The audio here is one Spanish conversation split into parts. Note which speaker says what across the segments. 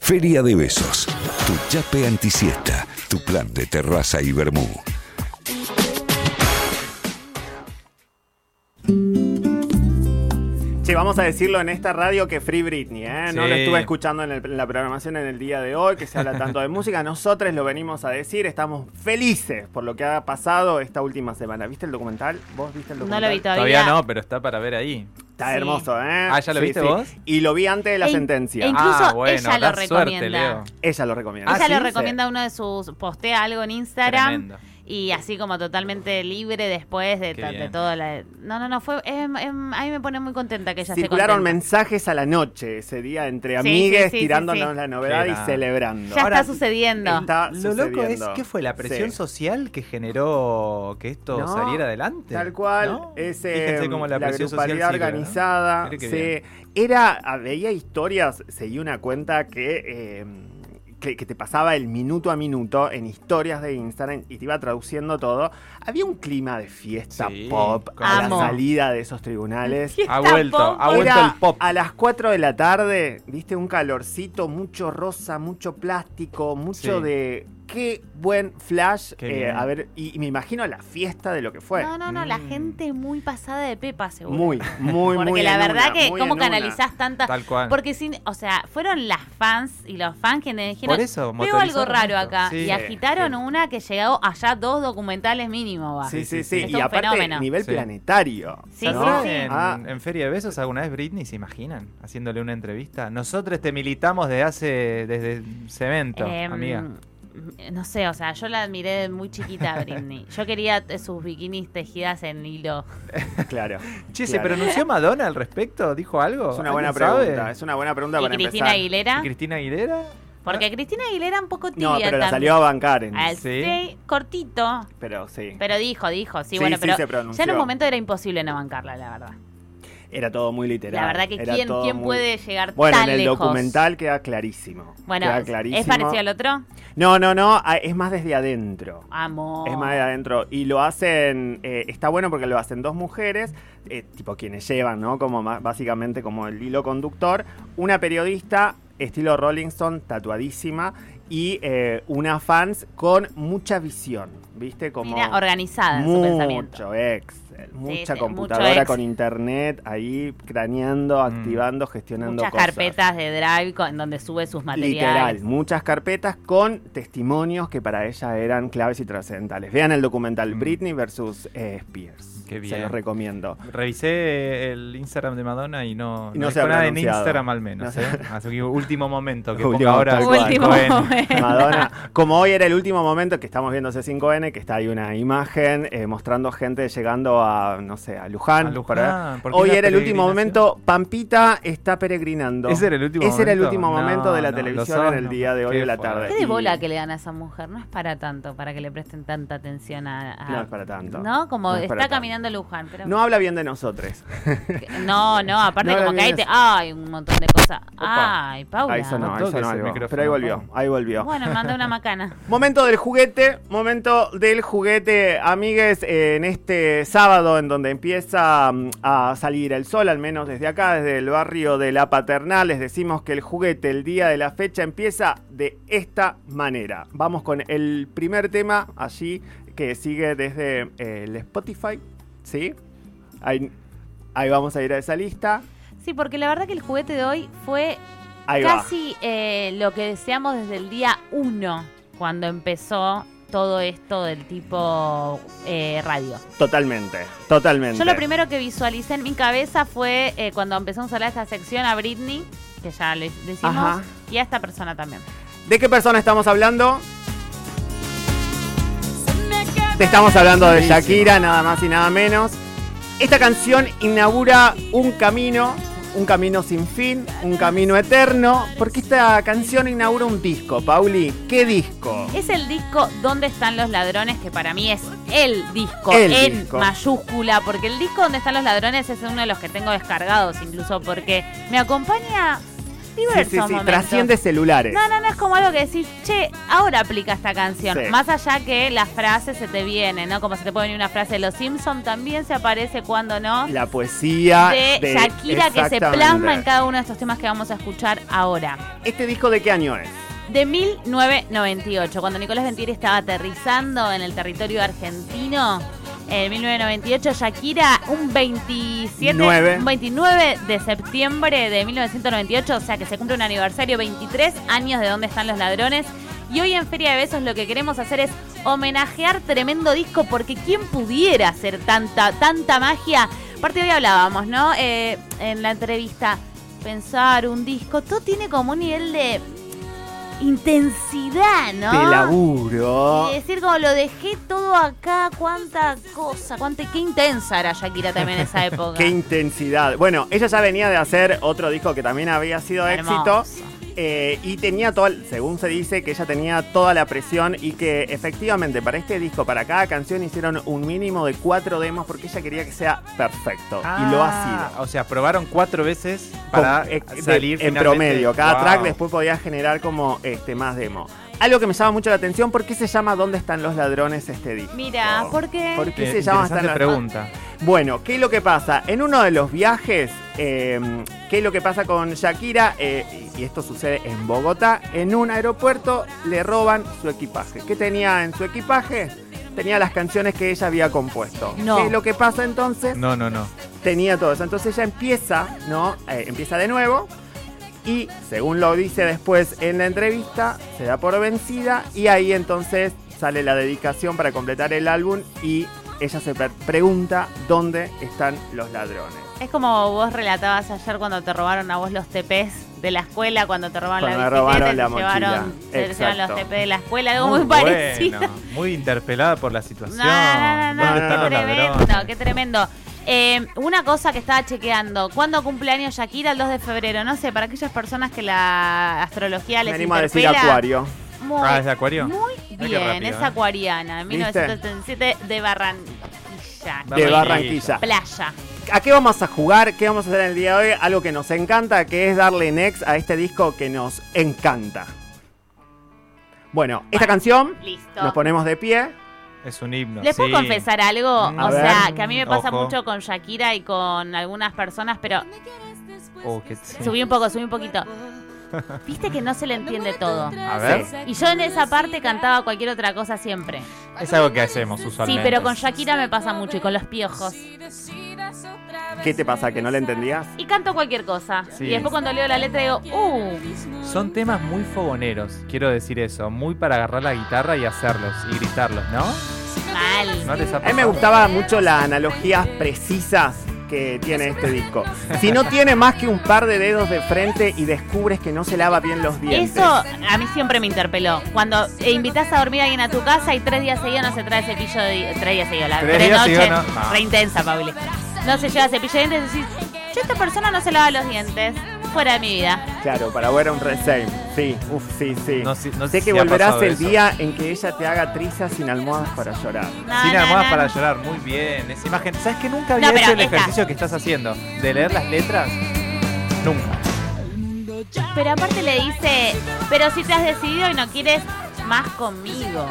Speaker 1: Feria de Besos, tu chape antisiesta, tu plan de terraza y vermú.
Speaker 2: Che, vamos a decirlo en esta radio que Free Britney, ¿eh? No
Speaker 3: Sí.
Speaker 2: lo estuve escuchando en, el- en la programación en el día de hoy, que se habla tanto de música. Nosotros lo venimos a decir, estamos felices por lo que ha pasado esta última semana. ¿Viste el documental? ¿Vos viste el
Speaker 4: No
Speaker 2: documental?
Speaker 4: lo vi todavía.
Speaker 3: Todavía no, Ah, pero está para ver ahí.
Speaker 2: Está
Speaker 4: Sí.
Speaker 2: hermoso, ¿eh?
Speaker 3: Ah, ¿ya lo viste vos?
Speaker 2: Y lo vi antes de la
Speaker 4: E in-
Speaker 2: sentencia.
Speaker 4: e in- Incluso
Speaker 3: ah, bueno,
Speaker 4: ella lo
Speaker 3: da
Speaker 4: recomienda.
Speaker 3: suerte, Leo.
Speaker 2: Ella lo recomienda.
Speaker 3: Ah,
Speaker 4: Ella
Speaker 3: ¿sí?
Speaker 4: lo recomienda uno de sus, postea algo en Instagram
Speaker 3: Tremendo.
Speaker 4: y así como totalmente libre después de,
Speaker 3: Qué
Speaker 4: ta- de
Speaker 3: bien.
Speaker 4: toda la... No, no, no, fue... es- es- a mí me pone muy contenta que ella
Speaker 2: Circularon
Speaker 4: se contenta.
Speaker 2: mensajes a la noche ese día entre
Speaker 4: Sí,
Speaker 2: amigues,
Speaker 4: sí, sí,
Speaker 2: tirándonos
Speaker 4: sí, sí.
Speaker 2: la novedad
Speaker 3: Era-
Speaker 2: y celebrando.
Speaker 4: Ya
Speaker 3: Ahora,
Speaker 4: está sucediendo.
Speaker 2: Está
Speaker 3: Lo loco es,
Speaker 2: sucediendo.
Speaker 3: ¿qué fue? ¿La presión
Speaker 2: Sí.
Speaker 3: social que generó que esto
Speaker 2: No,
Speaker 3: saliera adelante?
Speaker 2: Tal cual,
Speaker 3: Este, ¿No?
Speaker 2: es
Speaker 3: Fíjense
Speaker 2: em,
Speaker 3: cómo
Speaker 2: la,
Speaker 3: la, presión social
Speaker 2: grupalidad
Speaker 3: sirve, ¿no?
Speaker 2: organizada.
Speaker 3: Mire qué
Speaker 2: sí.
Speaker 3: bien.
Speaker 2: Era, ah, veía historias, seguí una cuenta que, em, que, que te pasaba el minuto a minuto en historias de Instagram y te iba traduciendo todo. Había un clima de fiesta
Speaker 3: Sí,
Speaker 2: pop a
Speaker 4: amo.
Speaker 2: la salida de esos tribunales.
Speaker 3: Ha vuelto, ha
Speaker 4: Tampoco.
Speaker 3: vuelto
Speaker 2: Era
Speaker 3: el pop.
Speaker 2: A las 4 de la tarde, viste un calorcito, mucho rosa, mucho plástico, mucho
Speaker 3: Sí.
Speaker 2: de. Qué buen flash.
Speaker 3: Qué
Speaker 2: eh,
Speaker 3: bien.
Speaker 2: a ver, y, y me imagino la fiesta de lo que fue.
Speaker 4: No, no, no, la
Speaker 3: Mm.
Speaker 4: gente muy pasada de pepa, seguro.
Speaker 2: Muy, muy,
Speaker 4: Porque
Speaker 2: muy.
Speaker 4: la
Speaker 2: en
Speaker 4: verdad
Speaker 2: una,
Speaker 4: que,
Speaker 2: muy
Speaker 4: ¿cómo
Speaker 2: en una.
Speaker 4: canalizás tanta...?
Speaker 3: Tal cual.
Speaker 4: Porque sin, o sea, fueron las fans y los fans quienes dijeron,
Speaker 3: Por eso,
Speaker 4: veo algo
Speaker 3: motorizaron
Speaker 4: raro
Speaker 3: esto".
Speaker 4: acá.
Speaker 3: Sí.
Speaker 4: y agitaron
Speaker 2: sí.
Speaker 4: una que llegó allá dos documentales mínimo, va.
Speaker 2: Sí, sí, sí.
Speaker 3: sí,
Speaker 4: sí.
Speaker 2: Y
Speaker 4: Es un
Speaker 2: aparte,
Speaker 4: fenómeno.
Speaker 2: nivel
Speaker 3: Sí.
Speaker 2: planetario.
Speaker 4: Sí,
Speaker 3: ¿Sabrá
Speaker 2: ¿no?
Speaker 4: sí, sí.
Speaker 3: En,
Speaker 2: Ah,
Speaker 3: en Feria de Besos alguna vez Britney, ¿se imaginan? Haciéndole una entrevista. Nosotros te militamos desde hace, desde cemento,
Speaker 4: Em,
Speaker 3: amiga.
Speaker 4: No sé, o sea, yo la admiré de muy chiquita a Britney. Yo quería eh, sus bikinis tejidas en hilo.
Speaker 2: claro.
Speaker 3: Che, ¿se
Speaker 2: claro.
Speaker 3: pronunció Madonna al respecto? ¿Dijo algo?
Speaker 2: Es una buena
Speaker 3: ¿Alguien sabe?
Speaker 2: pregunta. Es una buena pregunta
Speaker 4: ¿Y
Speaker 2: para
Speaker 4: Cristina
Speaker 2: empezar.
Speaker 4: Aguilera?
Speaker 3: ¿Y Cristina Aguilera?
Speaker 4: Porque Cristina Aguilera un poco tibia
Speaker 2: No, pero la
Speaker 4: también.
Speaker 2: salió a bancar. en-
Speaker 4: Al-
Speaker 3: Sí.
Speaker 4: sí, cortito.
Speaker 2: Pero sí.
Speaker 4: Pero dijo, dijo, sí,
Speaker 2: Sí,
Speaker 4: bueno,
Speaker 2: sí,
Speaker 4: pero
Speaker 2: se
Speaker 4: ya
Speaker 2: pronunció.
Speaker 4: en un momento era imposible no bancarla, la verdad.
Speaker 2: Era todo muy literal.
Speaker 4: la verdad que
Speaker 2: Era
Speaker 4: quién,
Speaker 2: todo
Speaker 4: quién
Speaker 2: muy-
Speaker 4: puede llegar
Speaker 2: Bueno,
Speaker 4: tan
Speaker 2: en el
Speaker 4: lejos.
Speaker 2: documental queda clarísimo.
Speaker 4: Bueno,
Speaker 2: queda clarísimo.
Speaker 4: ¿es parecido al otro?
Speaker 2: No, no, no, a- es más desde adentro.
Speaker 4: Amo.
Speaker 2: Es más de adentro. Y lo hacen, eh, está bueno porque lo hacen dos mujeres, eh, tipo quienes llevan, ¿no? Como ma- básicamente como el hilo conductor, una periodista estilo Rolling Stone, tatuadísima, y eh, una fans con mucha visión, ¿viste? Como
Speaker 4: Mira, organizada su pensamiento.
Speaker 2: mucho Excel, mucha
Speaker 4: sí,
Speaker 2: computadora
Speaker 4: mucho Excel.
Speaker 2: con internet, ahí craneando,
Speaker 3: Mm.
Speaker 2: activando, gestionando
Speaker 4: Muchas
Speaker 2: cosas.
Speaker 4: carpetas de Drive con- en donde sube sus materiales.
Speaker 2: Literal, muchas carpetas con testimonios que para ella eran claves y trascendentales. Vean el documental
Speaker 3: Mm.
Speaker 2: Britney versus eh, Spears.
Speaker 3: Qué
Speaker 2: Se
Speaker 3: bien.
Speaker 2: los recomiendo.
Speaker 3: Revisé el Instagram de Madonna y no,
Speaker 2: Y no
Speaker 3: no
Speaker 2: se ha
Speaker 3: dejó nada en
Speaker 2: pronunciado.
Speaker 3: Instagram al
Speaker 2: No
Speaker 3: menos.
Speaker 2: se-
Speaker 3: ¿eh? Así que último momento que
Speaker 2: Último,
Speaker 3: ponga ahora.
Speaker 2: tal
Speaker 3: el
Speaker 2: cual.
Speaker 4: Último
Speaker 3: Cohen.
Speaker 4: momento.
Speaker 2: Madonna, como hoy era el último momento que estamos viendo C5N, que está ahí una imagen eh, mostrando gente llegando a, no sé, a Luján.
Speaker 3: A Luján,
Speaker 2: para-
Speaker 3: Ah, ¿por qué
Speaker 2: Hoy
Speaker 3: la
Speaker 2: era el último
Speaker 3: peregrinación?
Speaker 2: momento. Pampita está peregrinando.
Speaker 3: Ese era el último
Speaker 2: Ese era el
Speaker 3: momento.
Speaker 2: último
Speaker 3: No,
Speaker 2: momento de la
Speaker 3: no,
Speaker 2: televisión
Speaker 3: los
Speaker 2: en el
Speaker 3: hornos.
Speaker 2: día de hoy
Speaker 3: Qué
Speaker 2: de la
Speaker 3: fuerte.
Speaker 2: tarde.
Speaker 4: Qué de
Speaker 2: Y-
Speaker 4: bola que le dan a esa mujer. No es para tanto, para que le presten tanta atención a. a-
Speaker 2: No es para tanto.
Speaker 4: ¿No? Como
Speaker 2: No es para
Speaker 4: está
Speaker 2: tanto.
Speaker 4: caminando Luján. Pero
Speaker 2: No habla bien de nosotros.
Speaker 4: no, no, aparte
Speaker 2: No,
Speaker 4: como
Speaker 2: no,
Speaker 4: que ahí
Speaker 2: no.
Speaker 4: te. ¡Ay! Un montón de cosas.
Speaker 3: Opa.
Speaker 4: ¡Ay, Paula!
Speaker 2: Ahí sonó, ahí
Speaker 3: No toques
Speaker 2: sonó
Speaker 3: el
Speaker 2: algo.
Speaker 3: micrófono,
Speaker 2: Pero ahí volvió,
Speaker 3: Pau.
Speaker 2: ahí volvió.
Speaker 4: Bueno, me mandé una macana.
Speaker 2: Momento del juguete, momento del juguete, amigues, en este sábado en donde empieza mm, a salir el sol, al menos desde acá, desde el barrio de la Paternal, les decimos que el juguete, el día de la fecha, empieza de esta manera. Vamos con el primer tema allí que sigue desde eh, el Spotify, ¿sí? Ahí, ahí vamos a ir a esa lista.
Speaker 4: Sí, porque la verdad que el juguete de hoy fue
Speaker 2: Ahí va.
Speaker 4: casi eh, lo que deseamos desde el día 1, cuando empezó todo esto del tipo eh, radio.
Speaker 2: Totalmente, totalmente.
Speaker 4: Yo lo primero que visualicé en mi cabeza fue eh, cuando empezamos a hablar de esta sección a Britney, que ya le decimos,
Speaker 2: Ajá.
Speaker 4: y a esta persona también.
Speaker 2: ¿De qué persona estamos hablando? Te estamos hablando de Shakira, nada más y nada menos. Esta canción inaugura un camino, un camino sin fin, un camino eterno, porque esta canción inaugura un disco, Pauli. ¿Qué disco?
Speaker 4: Es el disco Dónde están los ladrones, que para mí es el disco
Speaker 2: El
Speaker 4: en
Speaker 2: disco.
Speaker 4: mayúscula, porque el disco Dónde están los ladrones es uno de los que tengo descargados, incluso porque me acompaña
Speaker 2: Sí,
Speaker 4: diversos
Speaker 2: sí, sí,
Speaker 4: momentos.
Speaker 2: trasciende celulares.
Speaker 4: No, no, no, es como algo que decís, che, ahora aplica esta canción.
Speaker 2: Sí.
Speaker 4: Más allá que las frases se te vienen, ¿no? Como se te puede venir una frase de Los Simpson también se aparece cuando no.
Speaker 2: La poesía
Speaker 4: de
Speaker 2: Ah, de-
Speaker 4: Shakira que se plasma en
Speaker 2: exactamente.
Speaker 4: cada uno de estos temas que vamos a escuchar ahora.
Speaker 2: ¿Este disco de qué año es?
Speaker 4: De 1998, cuando Nicolás Ventieri estaba aterrizando en el territorio argentino, en 1998, Shakira, un 27,
Speaker 2: Nueve.
Speaker 4: un 29 de septiembre de 1998, o sea que se cumple un aniversario, 23 años de dónde están los ladrones. Y hoy en Feria de Besos lo que queremos hacer es homenajear tremendo disco porque quién pudiera hacer tanta, tanta magia. Aparte hoy hablábamos, ¿no? Eh, en la entrevista, pensar un disco, todo tiene como un nivel de intensidad, ¿no?
Speaker 2: De laburo.
Speaker 4: Y decir como lo dejé todo acá, cuánta cosa, cuánta, qué intensa era Shakira también en esa época.
Speaker 2: Qué intensidad. Bueno, ella ya venía de hacer otro disco que también había sido éxito.
Speaker 4: Hermoso.
Speaker 2: eh, y tenía todo, según se dice, que ella tenía toda la presión y que efectivamente para este disco, para cada canción, hicieron un mínimo de cuatro demos porque ella quería que sea perfecto. y lo ha
Speaker 4: Ah.
Speaker 2: sido.
Speaker 3: Ah. O sea, probaron cuatro veces para
Speaker 2: Con- eh, de-
Speaker 3: salir
Speaker 2: en
Speaker 3: finalmente-
Speaker 2: promedio. Cada
Speaker 3: Wow.
Speaker 2: track después podía generar como este más demo. Algo que me llama mucho la atención, ¿por qué se llama ¿Dónde están los ladrones este disco?
Speaker 4: Mira, ¿por qué?
Speaker 2: ¿Por qué
Speaker 3: Eh,
Speaker 2: se llama
Speaker 3: interesante
Speaker 2: Están los-
Speaker 3: pregunta.
Speaker 2: Bueno, ¿qué es lo que pasa? En uno de los viajes, eh, ¿qué es lo que pasa con Shakira? Eh, y esto sucede en Bogotá. En un aeropuerto le roban su equipaje. ¿Qué tenía en su equipaje? Tenía las canciones que ella había compuesto.
Speaker 4: No.
Speaker 2: ¿Qué es lo que pasa entonces?
Speaker 3: No, no, no.
Speaker 2: tenía todo eso. Entonces ella empieza, ¿no? Eh, empieza de nuevo. Y según lo dice después en la entrevista, se da por vencida. Y ahí entonces sale la dedicación para completar el álbum. Y ella se per- pregunta dónde están los ladrones.
Speaker 4: Es como vos relatabas ayer cuando te robaron a vos los TPs de la escuela, cuando te robaron
Speaker 2: Cuando
Speaker 4: la
Speaker 2: me
Speaker 4: bicicleta,
Speaker 2: robaron
Speaker 4: y
Speaker 2: la
Speaker 4: te llevaron,
Speaker 2: mochila.
Speaker 4: te llevaron los
Speaker 2: Exacto.
Speaker 4: TPs de la escuela, algo muy, parecido.
Speaker 3: bueno, Muy interpelada por la situación.
Speaker 4: No, no, no,
Speaker 3: ¿Dónde
Speaker 4: no, qué
Speaker 3: están los
Speaker 4: tremendo,
Speaker 3: ladrones?
Speaker 4: qué tremendo. Eh, una cosa que estaba chequeando, ¿cuándo cumpleaños Shakira? El 2 de febrero, no sé, para aquellas personas que la astrología Ah, les
Speaker 2: Me animo a decir
Speaker 4: interpela.
Speaker 2: Acuario.
Speaker 4: Muy,
Speaker 3: Ah, ¿es de Acuario?
Speaker 4: Muy
Speaker 3: qué
Speaker 4: bien,
Speaker 3: rápido,
Speaker 4: es
Speaker 3: eh.
Speaker 4: acuariana, en
Speaker 2: ¿Viste?
Speaker 4: 1977 de Barranquilla.
Speaker 2: De
Speaker 3: Barranquilla.
Speaker 2: Barranquilla.
Speaker 4: Playa.
Speaker 2: ¿A qué vamos a jugar? ¿Qué vamos a hacer en el día de hoy? Algo que nos encanta, que es darle next a este disco que nos encanta. Bueno, esta
Speaker 4: Bueno,
Speaker 2: canción
Speaker 4: Listo.
Speaker 2: nos ponemos de pie.
Speaker 3: Es un himno.
Speaker 4: ¿Les puedo
Speaker 3: sí.
Speaker 4: confesar algo?
Speaker 3: Mm,
Speaker 4: o
Speaker 2: a
Speaker 4: sea,
Speaker 2: ver.
Speaker 4: que a mí me pasa
Speaker 3: Ojo.
Speaker 4: mucho con Shakira y con algunas personas, pero
Speaker 3: Oh, qué- sí.
Speaker 4: subí un poco, subí un poquito. Viste que no se le entiende todo.
Speaker 3: A ver.
Speaker 4: Y yo en esa parte cantaba cualquier otra cosa siempre.
Speaker 3: Es algo que hacemos usualmente.
Speaker 4: Sí, pero con Shakira me pasa mucho y con los piojos.
Speaker 2: ¿Qué te pasa? ¿Que no la entendías?
Speaker 4: Y canto cualquier cosa.
Speaker 3: Sí.
Speaker 4: Y después cuando leo la letra digo, ¡uh!
Speaker 3: Son temas muy fogoneros, quiero decir eso. Muy para agarrar la guitarra y hacerlos y gritarlos, ¿no?
Speaker 4: Mal.
Speaker 3: ¿No les ha
Speaker 2: A mí me
Speaker 3: pasado?
Speaker 2: gustaba mucho las analogías precisas que tiene este disco. Si no tiene más que un par de dedos de frente y descubres que no se lava bien los dientes.
Speaker 4: Eso a mí siempre me interpeló. Cuando eh, invitas a dormir a alguien a tu casa y tres días seguidos no se trae cepillo de tres días seguidos, la
Speaker 3: Tres
Speaker 4: tres,
Speaker 3: días
Speaker 4: noches,
Speaker 3: seguidos no. No.
Speaker 4: re intensa, Pauli. No se lleva cepillo de dientes y decís, yo esta persona no se lava los dientes, fuera de mi vida.
Speaker 2: Claro, para ver un resame. Sí, uff, sí, sí.
Speaker 3: No sé- no sé
Speaker 2: sé que
Speaker 3: si ha
Speaker 2: volverás
Speaker 3: pasado
Speaker 2: el
Speaker 3: eso.
Speaker 2: día en que ella te haga trizas sin almohadas para llorar.
Speaker 4: No,
Speaker 3: Sin
Speaker 4: no,
Speaker 3: almohadas
Speaker 4: no,
Speaker 3: para
Speaker 4: no.
Speaker 3: llorar, muy bien. Esa imagen. ¿Sabes que nunca había
Speaker 4: No, pero
Speaker 3: hecho el
Speaker 4: esta.
Speaker 3: ejercicio que estás haciendo? De leer las letras. Nunca.
Speaker 4: Pero aparte le dice, pero si te has decidido y no quieres más conmigo,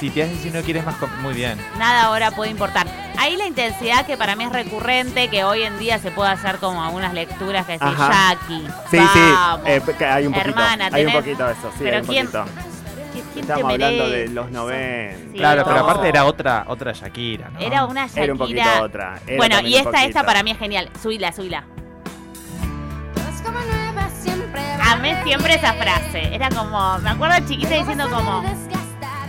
Speaker 3: Si te haces si no quieres más. com- Muy bien.
Speaker 4: nada ahora puede importar. Ahí la intensidad que para mí es recurrente, que hoy en día se puede hacer como algunas lecturas que decís,
Speaker 2: Ajá.
Speaker 4: Jackie.
Speaker 2: Sí,
Speaker 4: vamos.
Speaker 2: sí, eh, que hay un poquito.
Speaker 4: Hermana,
Speaker 2: hay un
Speaker 4: tenés-
Speaker 2: poquito de eso, sí,
Speaker 4: Pero
Speaker 2: hay un
Speaker 4: ¿quién-
Speaker 2: poquito.
Speaker 4: ¿Qui- ¿Quién te
Speaker 2: Estamos hablando de
Speaker 4: merece?
Speaker 2: los 90.
Speaker 4: Sí,
Speaker 3: Claro, pero
Speaker 4: no.
Speaker 3: aparte era otra, otra Shakira, ¿no?
Speaker 4: Era una Shakira.
Speaker 2: Era un poquito otra. era
Speaker 4: bueno,
Speaker 2: también
Speaker 4: y
Speaker 2: un
Speaker 4: esta, esta
Speaker 2: poquito.
Speaker 4: para mí es genial. Subila, subila.
Speaker 5: Pues
Speaker 4: Amé
Speaker 5: Amé
Speaker 4: siempre esa frase. Era como, me acuerdo chiquita diciendo como,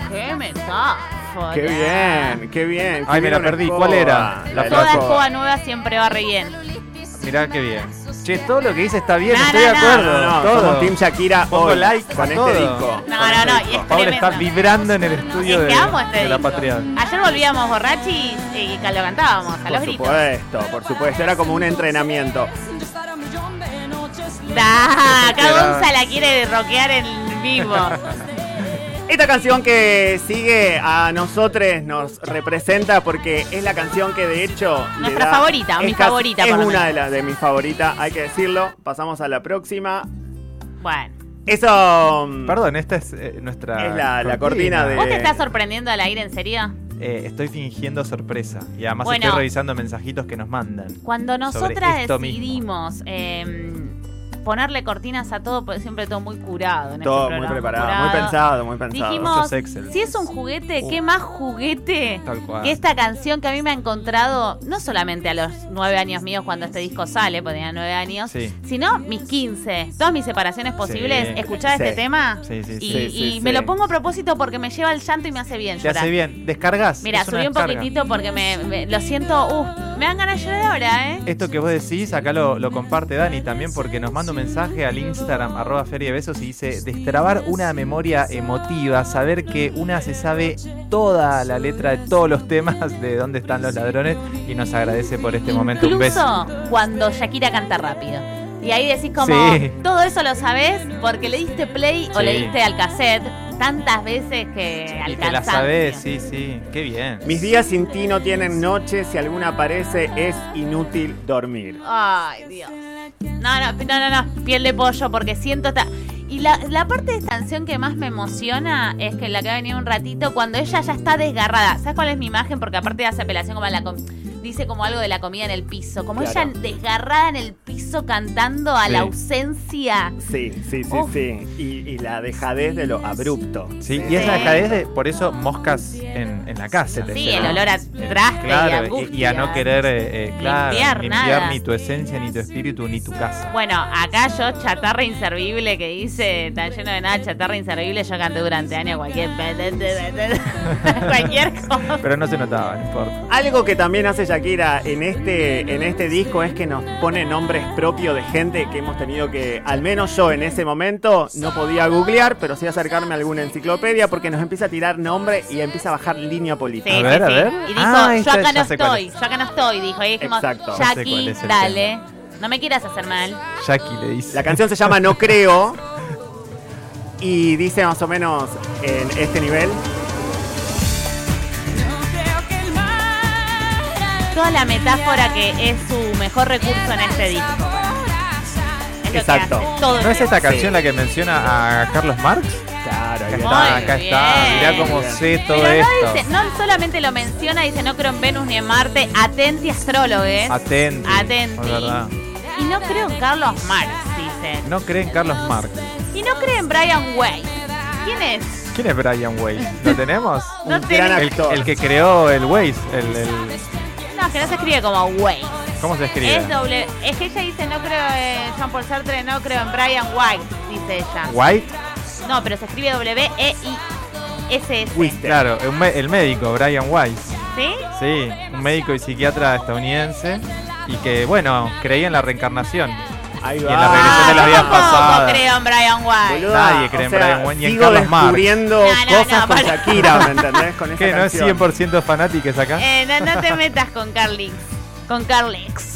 Speaker 4: qué metáfora.
Speaker 2: Qué bien, qué bien. qué
Speaker 3: Ay, me la
Speaker 2: bien una
Speaker 3: perdí.
Speaker 2: escoba.
Speaker 3: ¿Cuál era? La
Speaker 2: de
Speaker 4: Toda
Speaker 3: Loco.
Speaker 4: escoba nueva siempre va re bien.
Speaker 3: Mirá qué bien. Che, todo lo que dice está bien,
Speaker 4: No,
Speaker 3: estoy
Speaker 4: no,
Speaker 3: de
Speaker 4: no.
Speaker 3: acuerdo.
Speaker 2: No, no,
Speaker 3: todo.
Speaker 2: somos Team Shakira
Speaker 3: Pongo
Speaker 2: hoy,
Speaker 3: like
Speaker 2: con
Speaker 3: a
Speaker 2: este
Speaker 3: todo.
Speaker 2: disco.
Speaker 4: No,
Speaker 2: con
Speaker 4: no,
Speaker 2: este
Speaker 4: no,
Speaker 2: disco.
Speaker 4: y es
Speaker 3: Paula está
Speaker 4: Tremendo.
Speaker 3: vibrando en el estudio
Speaker 4: Es
Speaker 3: de,
Speaker 4: que amo este
Speaker 3: de la
Speaker 4: disco.
Speaker 3: patria.
Speaker 4: Ayer volvíamos borrachos y, y que lo cantábamos a los
Speaker 2: Por
Speaker 4: gritos.
Speaker 2: supuesto, por supuesto. Era como un entrenamiento.
Speaker 4: Da, acá
Speaker 3: Era-
Speaker 4: Gonza la quiere roquear en vivo.
Speaker 2: Esta canción que sigue a nosotros nos representa porque es la canción que de hecho... le
Speaker 4: Nuestra
Speaker 2: da-
Speaker 4: favorita, mi
Speaker 2: casi-
Speaker 4: favorita,
Speaker 2: Es
Speaker 4: por lo
Speaker 2: una
Speaker 4: menos.
Speaker 2: de, las de mis favoritas, hay que decirlo. Pasamos a la próxima.
Speaker 4: Bueno.
Speaker 2: Eso. mm,
Speaker 3: Perdón, esta es eh, nuestra.
Speaker 2: Es la- la cortina de-
Speaker 4: ¿Vos te estás sorprendiendo al aire, en serio?
Speaker 3: Eh, estoy fingiendo sorpresa. Y además
Speaker 4: Bueno.
Speaker 3: estoy revisando mensajitos que nos mandan.
Speaker 4: Cuando nosotras
Speaker 3: esto mismo.
Speaker 4: decidimos eh, ponerle cortinas a todo, porque siempre todo muy curado. En
Speaker 2: Todo
Speaker 4: este
Speaker 2: muy
Speaker 4: programa,
Speaker 2: preparado, muy
Speaker 4: curado.
Speaker 2: pensado, Uh. muy pensado.
Speaker 4: Dijimos,
Speaker 3: Muchos Excel.
Speaker 4: Si es un juguete, ¿qué más juguete
Speaker 3: Tal cual.
Speaker 2: Ah.
Speaker 4: que esta canción que a mí me ha encontrado, no solamente a los nueve años míos cuando este disco sale, porque tenía nueve años,
Speaker 3: Sí.
Speaker 4: sino mis 15, todas mis separaciones posibles,
Speaker 3: Sí.
Speaker 4: escuchar
Speaker 2: Sí.
Speaker 4: este tema
Speaker 3: Sí, sí, sí.
Speaker 4: y,
Speaker 2: Sí, sí,
Speaker 4: y
Speaker 2: sí.
Speaker 4: me lo pongo a propósito porque me lleva al llanto y me hace bien
Speaker 3: Te
Speaker 4: llorar.
Speaker 3: hace bien. Descargas.
Speaker 4: Mira, subí un poquitito porque me, me- lo siento, uh, me dan ganas de llorar ahora, ¿eh?
Speaker 3: Esto que vos decís, acá lo, lo comparte Dani también porque nos manda un mensaje al Instagram arroba feria de besos y dice destrabar una memoria emotiva, saber que una se sabe toda la letra de todos los temas de dónde están los ladrones y nos agradece por este momento. Un beso.
Speaker 4: Incluso cuando Shakira canta rápido. Y ahí decís como,
Speaker 3: Sí.
Speaker 4: todo eso lo sabés porque le diste play o
Speaker 3: Sí.
Speaker 4: le diste al cassette tantas veces que
Speaker 3: Y te la
Speaker 4: alcanzas.
Speaker 3: sabés, sí, sí. Qué bien.
Speaker 2: Mis días sin ti no tienen noche, si alguna aparece es inútil dormir.
Speaker 4: Ay, Dios. No, no, no, no, no, piel de pollo porque siento... ta- Y la, la parte de esta canción que más me emociona es que la que ha venido un ratito, cuando ella ya está desgarrada. ¿Sabes cuál es mi imagen? Porque aparte hace apelación como a la... com- Dice como algo de la comida en el piso, como
Speaker 2: Claro.
Speaker 4: ella desgarrada en el piso cantando a la
Speaker 3: Sí.
Speaker 4: ausencia.
Speaker 2: Sí, sí, sí,
Speaker 4: Uf.
Speaker 2: sí. Y, y la dejadez de lo abrupto.
Speaker 3: Sí, y es la
Speaker 4: Sí.
Speaker 3: dejadez de, por eso, moscas en, en la casa. te
Speaker 4: Sí, el
Speaker 3: lleva.
Speaker 4: olor a
Speaker 3: Eh,
Speaker 4: traste y
Speaker 3: claro,
Speaker 4: angustia.
Speaker 3: a no querer, eh, eh, claro,
Speaker 4: Limpiar
Speaker 3: limpiar
Speaker 4: nada.
Speaker 3: ni tu esencia, ni tu espíritu, ni tu casa.
Speaker 4: Bueno, acá yo, chatarra inservible que dice, tan lleno de nada, chatarra inservible, yo canté durante años cualquier... cualquier cosa.
Speaker 3: Pero no se notaba, no importa.
Speaker 2: Algo que también hace Shakira en este, en este disco es que nos pone nombres propios de gente que hemos tenido que, al menos yo en ese momento, no podía googlear, pero sí acercarme a alguna enciclopedia porque nos empieza a tirar nombre y empieza a bajar línea
Speaker 4: Sí,
Speaker 2: política.
Speaker 4: sí,
Speaker 3: A ver, a
Speaker 4: sí.
Speaker 3: ver.
Speaker 4: Y dijo,
Speaker 3: Ah,
Speaker 4: yo
Speaker 3: esta
Speaker 4: acá no
Speaker 3: ya sé cuál
Speaker 4: estoy, yo acá no estoy, dijo. Y dijimos,
Speaker 2: Exacto.
Speaker 3: Ya sé cuál
Speaker 4: Jackie,
Speaker 3: es el
Speaker 4: dale, no me quieras hacer mal.
Speaker 3: Jackie le dice.
Speaker 2: La canción se llama No Creo y dice más o menos en este nivel.
Speaker 4: Toda la metáfora que es su mejor recurso en este disco. para mí. Es lo que
Speaker 2: Exacto.
Speaker 4: hace todo el
Speaker 3: ¿No es
Speaker 4: tiempo.
Speaker 3: esta canción la que menciona a Carlos Marx?
Speaker 2: Claro, ahí
Speaker 3: Acá
Speaker 2: está.
Speaker 3: está, acá está.
Speaker 4: bien.
Speaker 3: Mirá cómo sé todo
Speaker 4: Pero no, dice,
Speaker 3: esto.
Speaker 4: no solamente lo menciona, dice no creo en Venus ni en Marte, atenti astrólogos.
Speaker 3: Atenti.
Speaker 4: Atenti.
Speaker 3: Es verdad.
Speaker 4: y no creo en Carlos Marx, dice.
Speaker 3: No creen Carlos Marx.
Speaker 4: Y no creo en Brian Way. ¿Quién es?
Speaker 3: ¿Quién es Brian Weiss? ¿Lo tenemos?
Speaker 4: No
Speaker 2: Un
Speaker 4: tiene-
Speaker 2: gran
Speaker 3: El,
Speaker 2: actor.
Speaker 3: el que creó el Weiss. El, el-
Speaker 4: No, que no se escribe como Way.
Speaker 3: ¿Cómo se escribe?
Speaker 4: Es doble. Es que ella dice no creo en Jean Paul Sartre, no creo en Brian White, dice ella.
Speaker 3: White.
Speaker 4: No, pero se escribe W E I S S.
Speaker 2: Wister.
Speaker 3: Claro, un me- el médico, Brian Weiss.
Speaker 4: ¿Sí?
Speaker 3: Sí, un médico y psiquiatra estadounidense. Y que, bueno, creía en la reencarnación.
Speaker 2: Ahí
Speaker 3: en la
Speaker 2: va.
Speaker 3: regla- de las
Speaker 4: yo
Speaker 3: vidas
Speaker 4: Ah, tampoco
Speaker 3: pasadas.
Speaker 4: creo en Brian White.
Speaker 2: Boluda,
Speaker 3: Nadie cree en Brian Wayne ni en
Speaker 2: sigo
Speaker 3: Carlos Marx.
Speaker 2: descubriendo
Speaker 4: No, no,
Speaker 2: cosas
Speaker 4: no,
Speaker 2: con
Speaker 4: para.
Speaker 2: Shakira, ¿me entendés? Con esa
Speaker 3: Que no es
Speaker 2: canción.
Speaker 3: 100% fanática es acá.
Speaker 4: Eh, no, no te metas con Carlix. Con Carlix.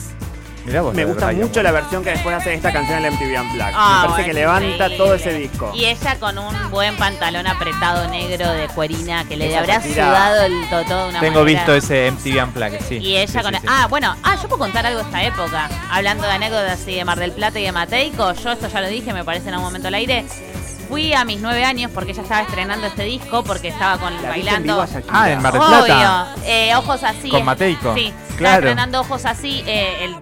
Speaker 3: Mirá vos,
Speaker 2: Me
Speaker 3: la de
Speaker 2: gusta
Speaker 3: Brian
Speaker 2: mucho la
Speaker 3: Weiss.
Speaker 2: versión que después hace de esta canción en la MTV Unplugged.
Speaker 4: Ah,
Speaker 2: Me parece que
Speaker 4: bueno,
Speaker 2: levanta
Speaker 4: increíble.
Speaker 2: todo ese disco.
Speaker 4: Y ella con un buen pantalón apretado negro de cuerina que le
Speaker 2: Esa
Speaker 4: habrá
Speaker 2: Shakira.
Speaker 4: sudado el totó de una
Speaker 3: Tengo
Speaker 4: manera.
Speaker 3: visto ese MTV Unplugged, sí.
Speaker 4: Y ella
Speaker 3: Sí,
Speaker 4: con.
Speaker 3: sí, sí.
Speaker 4: Ah, bueno, ah, yo puedo contar algo de esta época. Hablando de anécdotas y de Mar del Plata y de Mateico, yo esto ya lo dije, me parece en algún momento al aire. Fui a mis nueve años porque ella estaba estrenando este disco, porque estaba con
Speaker 2: La viste en vivo
Speaker 4: bailando.
Speaker 2: a Shakira.
Speaker 3: Ah, en Mar del Plata.
Speaker 4: Obvio. Eh, ojos así.
Speaker 3: Con Mateico.
Speaker 4: Sí, estaba
Speaker 3: Claro.
Speaker 4: estrenando ojos así. eh, el-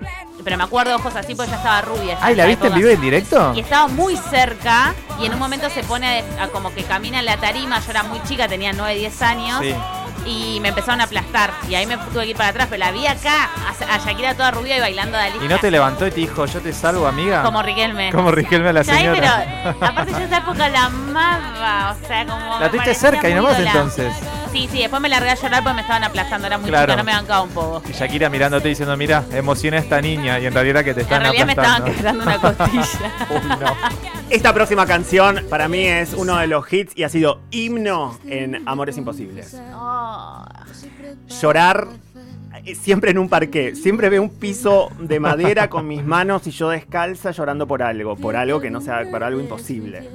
Speaker 4: pero me acuerdo ojos así porque ella estaba rubia.
Speaker 3: Ay, ¿la
Speaker 4: esa
Speaker 3: viste en
Speaker 4: época.
Speaker 3: vivo y en directo?
Speaker 4: Y estaba muy cerca y en un momento se pone a, a como que camina en la tarima. Yo era muy chica, tenía 9, 10 años.
Speaker 3: Sí.
Speaker 4: Y me empezaron a aplastar. Y ahí me tuve que ir para atrás. Pero la vi acá, a, a Shakira toda rubia y bailando Dalí.
Speaker 3: ¿Y no te levantó y te dijo, yo te salvo, amiga?
Speaker 4: Como Riquelme.
Speaker 3: Como Riquelme a la
Speaker 4: Ya ahí,
Speaker 3: señora.
Speaker 4: pero aparte yo esa época la amaba. O sea, como. me
Speaker 3: La tuviste
Speaker 4: parecía
Speaker 3: cerca y
Speaker 4: muy
Speaker 3: nomás
Speaker 4: ídola.
Speaker 3: entonces.
Speaker 4: Sí, sí, después me largué a llorar porque me estaban aplastando. Era muy
Speaker 3: Claro.
Speaker 4: chica, no me bancaba un poco.
Speaker 3: Y Shakira mirándote y diciendo, mira, emociona a esta niña. Y en realidad era que te
Speaker 4: En
Speaker 3: están
Speaker 4: realidad me estaban
Speaker 3: aplastando.
Speaker 4: quebrando una costilla.
Speaker 2: Esta próxima canción para mí es uno de los hits y ha sido himno en Amores Imposibles.
Speaker 4: Oh.
Speaker 2: Llorar eh, siempre en un parqué. Siempre veo un piso de madera con mis manos y yo descalza llorando por algo. Por algo que no sea, por algo imposible.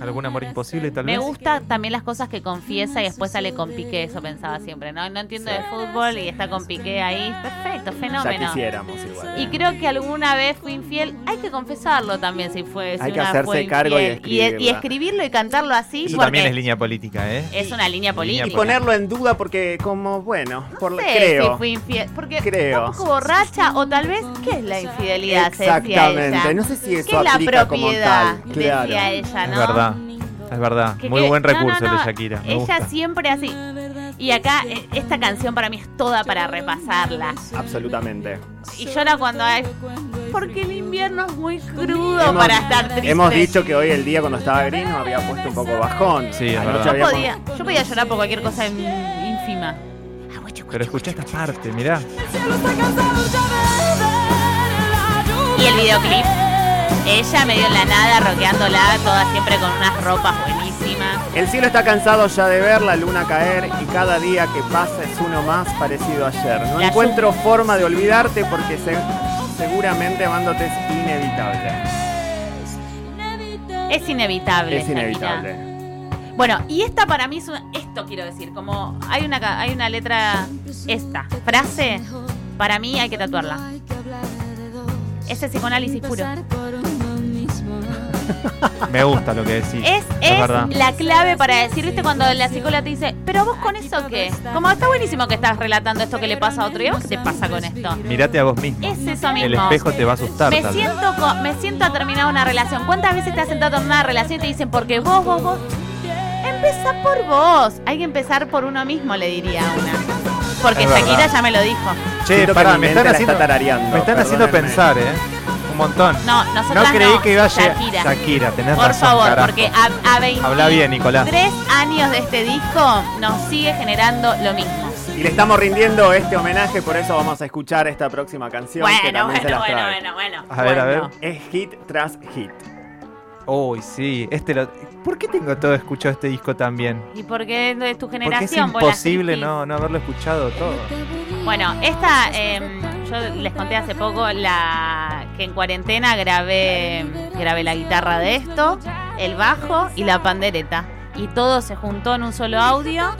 Speaker 3: Algún amor imposible, tal
Speaker 4: Me
Speaker 3: vez.
Speaker 4: gusta también las cosas que confiesa y después sale con Piqué, eso pensaba siempre, ¿no? No entiendo de fútbol y está con Piqué ahí. Perfecto,
Speaker 2: Ya
Speaker 4: fenómeno.
Speaker 2: quisiéramos igual.
Speaker 4: Y
Speaker 2: ¿eh?
Speaker 4: creo que alguna vez fui infiel. Hay que confesarlo también si fue. si
Speaker 2: Hay que
Speaker 4: una
Speaker 2: hacerse
Speaker 4: fue
Speaker 2: cargo y
Speaker 4: infiel. y,
Speaker 2: escribirla.
Speaker 4: escribirlo y cantarlo así.
Speaker 3: Eso
Speaker 4: porque
Speaker 3: también es línea política, ¿eh?
Speaker 4: es una línea política.
Speaker 2: Y ponerlo en duda porque como, bueno, por,
Speaker 4: no
Speaker 2: la-
Speaker 4: sé
Speaker 2: creo.
Speaker 4: si fui infiel. Porque
Speaker 2: Creo.
Speaker 4: un poco borracha o tal vez, ¿qué es la infidelidad? Se decía ella.
Speaker 2: Exactamente. No sé si eso
Speaker 4: ¿Qué es la
Speaker 2: aplica como
Speaker 4: propiedad?
Speaker 2: tal.
Speaker 4: Decía
Speaker 2: Claro.
Speaker 4: ella, ¿no?
Speaker 3: Es verdad. Es verdad.
Speaker 4: Que-
Speaker 3: Muy
Speaker 4: que-
Speaker 3: buen
Speaker 4: no, no,
Speaker 3: recurso el
Speaker 4: no,
Speaker 3: de Shakira. Me
Speaker 4: ella Ah,
Speaker 3: gusta.
Speaker 4: siempre así. Y acá, eh, esta canción para mí es toda para repasarla.
Speaker 2: Absolutamente.
Speaker 4: Y llora cuando hay. Porque el invierno es muy crudo
Speaker 2: Hemos-
Speaker 4: para estar triste.
Speaker 2: Hemos dicho que hoy el día cuando estaba Grino había puesto un poco bajón.
Speaker 3: Sí, es
Speaker 2: Anoche
Speaker 3: verdad.
Speaker 4: Yo
Speaker 2: había-
Speaker 4: podía, yo podía llorar por cualquier cosa in- ínfima.
Speaker 3: Pero escucha esta parte, mirá.
Speaker 4: Y el videoclip. Ella medio en la nada, roqueándola, toda siempre con unas ropas buenísimas.
Speaker 2: El cielo está cansado ya de ver la luna caer y cada día que pasa es uno más parecido a ayer. No
Speaker 4: La
Speaker 2: encuentro forma de olvidarte porque se- seguramente amándote es inevitable.
Speaker 4: Es inevitable.
Speaker 2: Es
Speaker 4: Shakira.
Speaker 2: inevitable.
Speaker 4: Bueno, y esta para mí es una, esto quiero decir, como hay una ca- hay una letra esta frase para mí hay que tatuarla. Ese psicoanálisis puro.
Speaker 3: Me gusta lo que decís.
Speaker 4: Es,
Speaker 3: Es
Speaker 4: es
Speaker 3: verdad.
Speaker 4: la clave para decir, viste, cuando la psicóloga te dice, pero vos con eso qué? Como está buenísimo que estás relatando esto que le pasa a otro y a vos qué te pasa con esto.
Speaker 3: Mirate a vos mismo.
Speaker 4: Es eso mismo.
Speaker 3: El espejo te va a asustar.
Speaker 4: Me
Speaker 3: tal vez.
Speaker 4: siento, co- me siento a terminar una relación. ¿Cuántas veces te has sentado en una relación y te dicen, porque vos, vos, vos? Empezá por vos. Hay que empezar por uno mismo, le diría a una. Porque
Speaker 3: Es
Speaker 4: Shakira
Speaker 3: verdad.
Speaker 4: ya me lo dijo.
Speaker 3: Che,
Speaker 2: Siento que
Speaker 3: pará,
Speaker 2: mi
Speaker 3: me
Speaker 2: mente
Speaker 3: están
Speaker 2: la
Speaker 3: haciendo,
Speaker 2: está tarareando,
Speaker 3: me están haciendo
Speaker 2: perdónenme.
Speaker 3: pensar, ¿eh? Un montón.
Speaker 4: No, nosotras
Speaker 3: creí
Speaker 4: no.
Speaker 3: que iba a llegar.
Speaker 4: Shakira.
Speaker 3: Shakira, tenés
Speaker 4: Por
Speaker 3: razón,
Speaker 4: favor,
Speaker 3: carajo.
Speaker 4: porque a, a 23
Speaker 3: Habla bien, Nicolás.
Speaker 4: años de este disco nos sigue generando lo mismo.
Speaker 2: Y le estamos rindiendo este homenaje, por eso vamos a escuchar esta próxima canción que
Speaker 4: Bueno,
Speaker 2: también se
Speaker 4: bueno,
Speaker 2: las
Speaker 4: bueno,
Speaker 2: trae.
Speaker 4: bueno, bueno.
Speaker 3: A ver, a ver.
Speaker 4: Bueno.
Speaker 2: Es hit tras hit.
Speaker 3: Uy, sí. Este lo... ¿Por qué tengo todo escuchado este disco también?
Speaker 4: ¿Y por qué es de tu
Speaker 3: Porque es
Speaker 4: generación? vos, la
Speaker 3: imposible
Speaker 4: Cristina?
Speaker 3: no, no haberlo escuchado todo.
Speaker 4: Bueno, esta, eh, yo les conté hace poco la que en cuarentena grabé, em, grabé la guitarra de esto, el bajo y la pandereta. Y todo se juntó en un solo audio.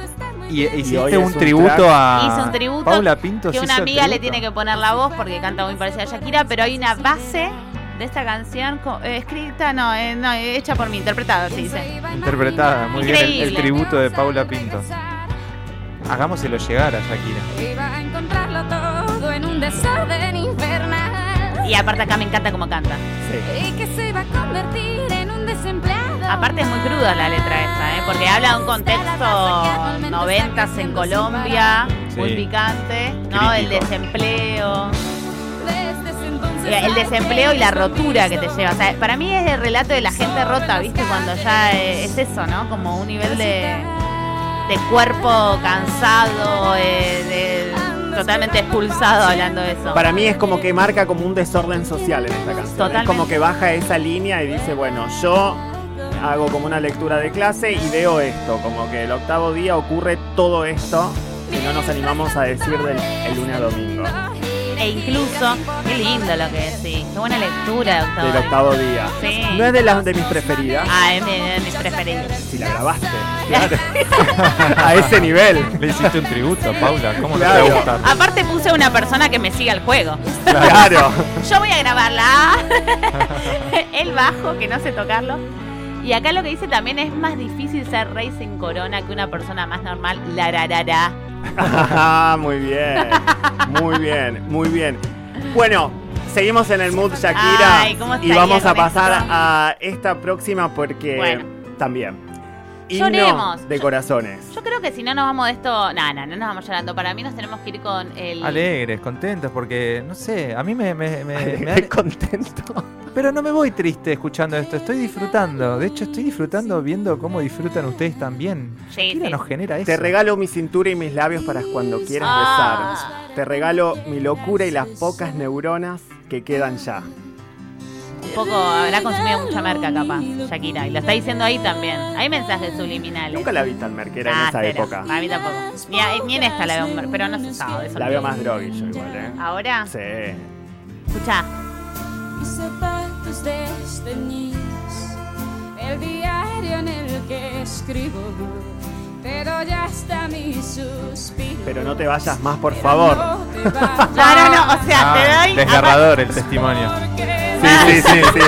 Speaker 3: Y hiciste
Speaker 2: hoy es
Speaker 3: un,
Speaker 2: un
Speaker 3: tributo
Speaker 2: track.
Speaker 3: a.
Speaker 4: Hice un tributo
Speaker 3: Paula Pinto
Speaker 4: que
Speaker 3: se
Speaker 4: una
Speaker 3: hizo
Speaker 4: amiga le
Speaker 3: tributo.
Speaker 4: tiene que poner la voz porque canta muy parecida a Shakira, pero hay una base de esta canción co- eh, escrita, no, eh, no, eh, hecha por mí, interpretada, se dice.
Speaker 3: Interpretada, muy bien. El- El,
Speaker 4: Increíble.
Speaker 3: tributo de Paula Pinto. Hagámoselo llegar a Shakira.
Speaker 5: Iba a encontrarlo todo en un desorden infernal.
Speaker 4: Y aparte acá me encanta cómo canta.
Speaker 2: Sí.
Speaker 5: Y que se iba a convertir en un desempleado.
Speaker 4: Aparte es muy cruda la letra esta, ¿eh? porque habla de un contexto noventas en Colombia, muy
Speaker 3: Sí.
Speaker 4: picante, ¿no? El
Speaker 3: Crítico.
Speaker 4: desempleo,
Speaker 5: Desde ese entonces
Speaker 4: eh, el desempleo y la rotura que te lleva. O
Speaker 5: a
Speaker 4: sea, para mí es el relato de la gente rota, ¿viste? Cuando ya eh, es eso, ¿no? Como un nivel de, de cuerpo cansado, eh, de- totalmente expulsado hablando de eso.
Speaker 2: Para mí es como que marca como un desorden social en esta canción. Es
Speaker 4: Totalmente.
Speaker 2: como que baja esa línea y dice, bueno, yo hago como una lectura de clase y veo esto, como que el octavo día ocurre todo esto y no nos animamos a decir del el lunes a domingo,
Speaker 4: E incluso, qué lindo lo que decís, qué buena lectura, doctor.
Speaker 2: del octavo día.
Speaker 4: Sí.
Speaker 2: No es de las de mis preferidas,
Speaker 4: Ah, es mi, es mi preferido.
Speaker 2: si la grabaste, claro. a ese nivel.
Speaker 3: Le hiciste un tributo a Paula. ¿Cómo no te
Speaker 2: Claro.
Speaker 3: va a gustar?
Speaker 4: Aparte puse una persona que me siga el juego.
Speaker 2: Claro.
Speaker 4: Yo voy a grabarla. el bajo, que no sé tocarlo. Y acá lo que dice también es más difícil ser rey sin corona que una persona más normal. La ra, ra, ra.
Speaker 2: Ah, muy bien, muy bien, muy bien. Bueno, seguimos en el mood Shakira
Speaker 4: Ay, ¿cómo
Speaker 2: y
Speaker 4: estaría
Speaker 2: vamos a
Speaker 4: con
Speaker 2: pasar
Speaker 4: esto?
Speaker 2: a esta próxima porque
Speaker 4: Bueno.
Speaker 2: también. Himno
Speaker 4: Lloremos.
Speaker 2: de corazones.
Speaker 4: Yo creo que si no nos vamos de esto. No, no, no nos vamos llorando. Para mí nos tenemos que ir con el.
Speaker 3: Alegres, contentos, porque no sé, a mí me, me, me- me
Speaker 2: Estoy
Speaker 3: dan-
Speaker 2: contento.
Speaker 3: Pero no me voy triste escuchando esto, estoy disfrutando. De hecho, estoy disfrutando viendo cómo disfrutan ustedes también.
Speaker 4: Sí,
Speaker 3: Shakira
Speaker 4: sí.
Speaker 3: nos genera eso.
Speaker 2: Te regalo mi cintura y mis labios para cuando quieras
Speaker 4: Ah.
Speaker 2: besar. Te regalo mi locura y las pocas neuronas que quedan ya.
Speaker 4: Un poco habrá consumido mucha marca, capaz. Shakira. Y lo está diciendo ahí también. Hay mensajes subliminales.
Speaker 2: Nunca la vi tan merquera
Speaker 4: Ah,
Speaker 2: en esa
Speaker 4: cero.
Speaker 2: época.
Speaker 4: A mí tampoco. Ni, a- ni en esta la veo. Pero no se sabe. eso
Speaker 2: La
Speaker 4: no.
Speaker 2: veo más drogui yo igual, ¿eh?
Speaker 4: Ahora,
Speaker 2: Sí.
Speaker 4: escucha.
Speaker 5: Mis zapatos desteñidos. este El viaje escribo, pero ya está mi suspiro.
Speaker 2: Pero no te vayas más, por favor.
Speaker 5: No, te vayas.
Speaker 4: No, no, no, o sea,
Speaker 3: Ah,
Speaker 4: te doy.
Speaker 3: desgarrador el testimonio.
Speaker 5: Porque
Speaker 2: Sí, sí, sí, sí.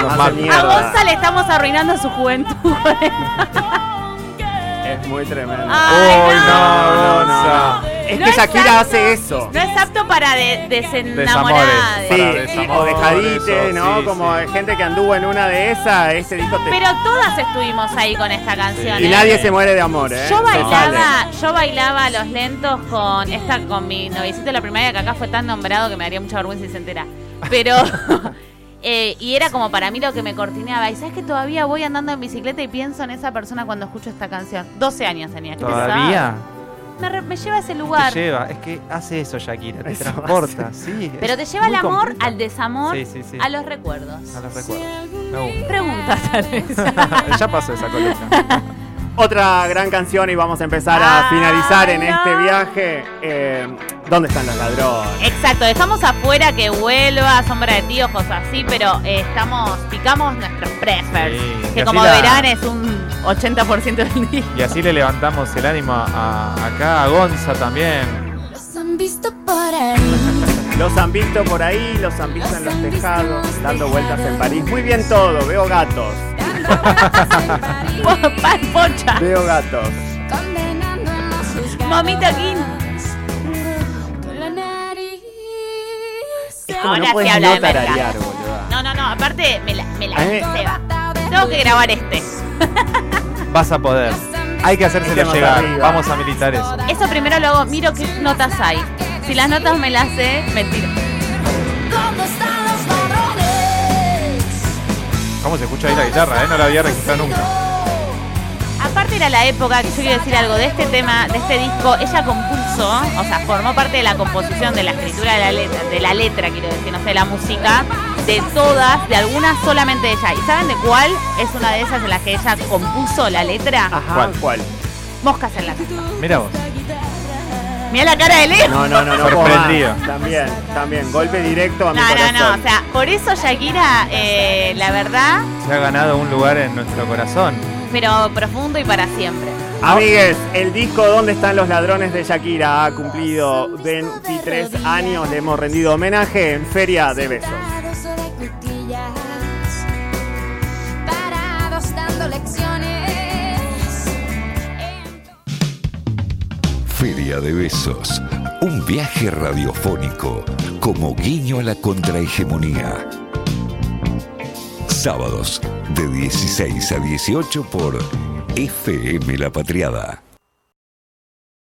Speaker 2: Nos hace
Speaker 3: mata.
Speaker 4: A
Speaker 2: mierda.
Speaker 4: Gonza le estamos arruinando su juventud.
Speaker 2: Es muy tremendo.
Speaker 4: Ay,
Speaker 3: Uy, no,
Speaker 2: No, no,
Speaker 3: Gonza.
Speaker 2: no. Es
Speaker 4: No
Speaker 2: que
Speaker 4: es
Speaker 2: Shakira
Speaker 4: apto.
Speaker 2: hace eso.
Speaker 4: No es apto para de
Speaker 3: Desamores.
Speaker 4: desenamorades.
Speaker 2: Sí,
Speaker 3: Para
Speaker 2: y- o
Speaker 3: desamores,
Speaker 2: dejadite,
Speaker 3: eso,
Speaker 2: ¿no?
Speaker 3: sí,
Speaker 2: Como
Speaker 3: sí.
Speaker 2: gente que anduvo en una de esas, ese disco te...
Speaker 4: Pero todas estuvimos ahí con esta canción.
Speaker 2: Y
Speaker 4: ¿eh?
Speaker 2: nadie se muere de amor, ¿eh?
Speaker 4: Yo
Speaker 2: Se sale.
Speaker 4: bailaba, yo bailaba a los lentos con esta, con mi novicito de la primaria, que acá fue tan nombrado que me daría mucha vergüenza si se entera. Pero, eh, y era como para mí lo que me cortineaba. Y sabes que todavía voy andando en bicicleta y pienso en esa persona cuando escucho esta canción. 12 años tenía, qué pesada.
Speaker 3: Todavía
Speaker 4: Me, re- me lleva a ese
Speaker 3: te
Speaker 4: lugar.
Speaker 3: lleva. Es que hace eso, Shakira. Te
Speaker 2: Eso
Speaker 3: transporta. Sí, es
Speaker 4: Pero te lleva al
Speaker 3: muy
Speaker 4: amor,
Speaker 3: complejo.
Speaker 4: al desamor,
Speaker 3: Sí, sí, sí.
Speaker 4: a los recuerdos.
Speaker 3: A los recuerdos. Me gusta.
Speaker 4: Preguntas, tal vez.
Speaker 3: ya pasó esa colección.
Speaker 2: Otra gran canción y vamos a empezar a
Speaker 4: Ah,
Speaker 2: finalizar en
Speaker 4: no.
Speaker 2: este viaje. Eh, ¿Dónde están los ladrones?
Speaker 4: Exacto, dejamos afuera que vuelva Sombra de ti, ojos así, pero eh, estamos, picamos nuestros prefers,
Speaker 3: Sí, y
Speaker 4: que
Speaker 3: así
Speaker 4: como
Speaker 3: la-
Speaker 4: verán es un 80% del día.
Speaker 3: Y así le levantamos el ánimo a, acá, a Gonza también.
Speaker 5: Los han visto por ahí.
Speaker 2: Los han visto por ahí, los han visto en los tejados, dando vueltas en París. Muy bien todo, veo gatos,
Speaker 5: dando vueltas en París,
Speaker 4: Po- Pan pocha.
Speaker 2: veo gatos.
Speaker 5: condenándonos sus
Speaker 4: Mamita
Speaker 5: garras Con la nariz.
Speaker 2: Es como
Speaker 4: Ahora
Speaker 2: no
Speaker 4: sí
Speaker 2: puedes
Speaker 4: habla
Speaker 2: no
Speaker 4: de merca.
Speaker 2: tararear, boluda.
Speaker 4: No, no, no, aparte me la, me la
Speaker 3: Eh.
Speaker 2: A mí-
Speaker 4: se va. Tengo que grabar este.
Speaker 3: Vas a poder. Hay que hacérselo
Speaker 2: Estemos
Speaker 3: llegar.
Speaker 2: arriba.
Speaker 3: Vamos a militar eso.
Speaker 4: Eso primero lo hago, miro qué notas hay. Si las notas me las sé, me tiro.
Speaker 5: ¿Dónde están los ladrones?
Speaker 3: ¿Cómo se escucha ahí la guitarra? Eh? No la había registrado nunca.
Speaker 4: Aparte era la época que yo quiero decir algo de este tema, de este disco, ella compuso, o sea, formó parte de la composición, de la escritura de la letra, de la letra quiero decir, no sé, de la música, de todas, de algunas solamente ella. ¿Y saben de cuál es una de esas en las que ella compuso la letra?
Speaker 2: Ajá,
Speaker 3: ¿Cuál?
Speaker 2: ¿cuál?
Speaker 4: Moscas en la casa.
Speaker 3: Mira vos.
Speaker 4: Mirá la cara de Leo.
Speaker 2: No, no, no, no. puedo más.
Speaker 3: Sorprendido.
Speaker 2: También, también. Golpe directo a mi
Speaker 4: No, no,
Speaker 2: corazón.
Speaker 4: no, o sea, por eso Shakira, eh, la verdad,
Speaker 3: Se ha ganado un lugar en nuestro corazón.
Speaker 4: pero profundo y para siempre.
Speaker 2: Ah. Amigues, el disco ¿Dónde están los ladrones de Shakira? Ha cumplido 23 años, le hemos rendido homenaje en Feria
Speaker 3: Ah,
Speaker 2: de Besos.
Speaker 5: Sentados sobre cuclillas, parados dando lecciones. En-
Speaker 1: Feria de Besos. Un viaje radiofónico como guiño a la contrahegemonía. Sábados de 16 a 18 por FM La Patriada.